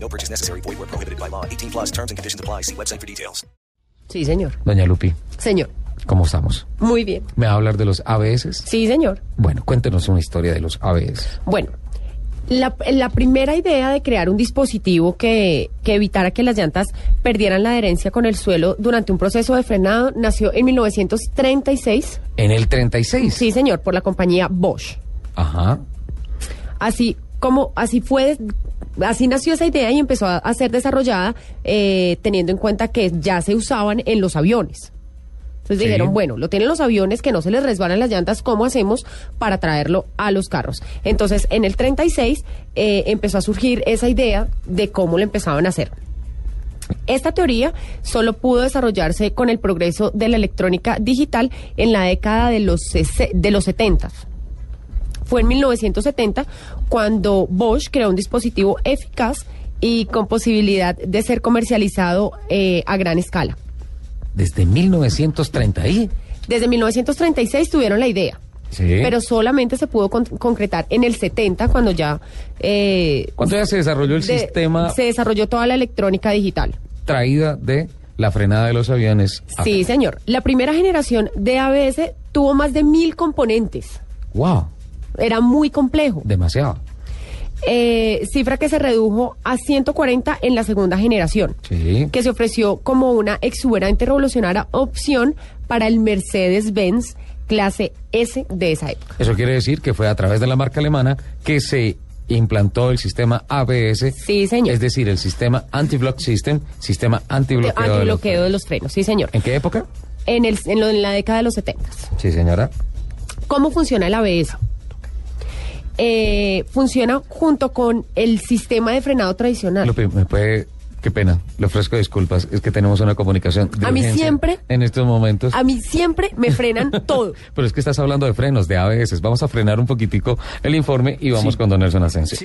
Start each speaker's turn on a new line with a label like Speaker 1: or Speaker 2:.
Speaker 1: No purchase necessary. Void where prohibited by law. 18 plus terms and conditions apply. See website for details.
Speaker 2: Sí, señor.
Speaker 3: Doña Lupi,
Speaker 2: Señor.
Speaker 3: ¿cómo estamos?
Speaker 2: Muy bien.
Speaker 3: ¿Me va a hablar de los ABS?
Speaker 2: Sí, señor.
Speaker 3: Bueno, cuéntenos una historia de los ABS.
Speaker 2: Bueno, la, la primera idea de crear un dispositivo que, que evitara que las llantas perdieran la adherencia con el suelo durante un proceso de frenado nació en 1936.
Speaker 3: En el 36.
Speaker 2: Sí, señor, por la compañía Bosch.
Speaker 3: Ajá.
Speaker 2: Así como así fue, así nació esa idea y empezó a, a ser desarrollada eh, teniendo en cuenta que ya se usaban en los aviones. Entonces
Speaker 3: Sí.
Speaker 2: dijeron, bueno, lo tienen los aviones que no se les resbalan las llantas, ¿cómo hacemos para traerlo a los carros? Entonces, en el 36 eh, empezó a surgir esa idea de cómo lo empezaban a hacer. Esta teoría solo pudo desarrollarse con el progreso de la electrónica digital en la década de los, sese- de los 70. Fue en 1970 cuando Bosch creó un dispositivo eficaz y con posibilidad de ser comercializado eh, a gran escala.
Speaker 3: Desde 1930 ahí.
Speaker 2: Desde 1936 tuvieron la idea,
Speaker 3: Sí.
Speaker 2: pero solamente se pudo con- concretar en el 70 cuando ya eh,
Speaker 3: ¿Cuándo ya se desarrolló el
Speaker 2: de-
Speaker 3: sistema
Speaker 2: se desarrolló toda la electrónica digital.
Speaker 3: traída de la frenada de los aviones? acá?
Speaker 2: Sí, señor. La primera generación de ABS tuvo más de mil componentes.
Speaker 3: Wow,
Speaker 2: Era muy complejo.
Speaker 3: demasiado.
Speaker 2: Eh, cifra que se redujo a 140 en la segunda generación,
Speaker 3: Sí.
Speaker 2: que se ofreció como una exuberante revolucionaria opción para el Mercedes-Benz clase S de esa época.
Speaker 3: Eso quiere decir que fue a través de la marca alemana que se implantó el sistema ABS.
Speaker 2: Sí, señor.
Speaker 3: Es decir, el sistema anti-block system, sistema antibloqueo. de los Eh.
Speaker 2: Antibloqueo Ah, de
Speaker 3: frenos.
Speaker 2: los frenos, sí, señor.
Speaker 3: ¿En qué época?
Speaker 2: En, el, en, lo- en la década de los 70.
Speaker 3: Sí, señora.
Speaker 2: ¿Cómo funciona el ABS? Eh, funciona junto con el sistema de frenado tradicional.
Speaker 3: Lupe, me puede. Qué pena, le ofrezco disculpas. Es que tenemos una comunicación. de
Speaker 2: A mí
Speaker 3: urgencia
Speaker 2: siempre-
Speaker 3: En estos momentos.
Speaker 2: A mí siempre me frenan todo.
Speaker 3: Pero es que estás hablando de frenos, de ABS. Vamos a frenar un poquitico el informe y vamos con Don Nelson Asensio.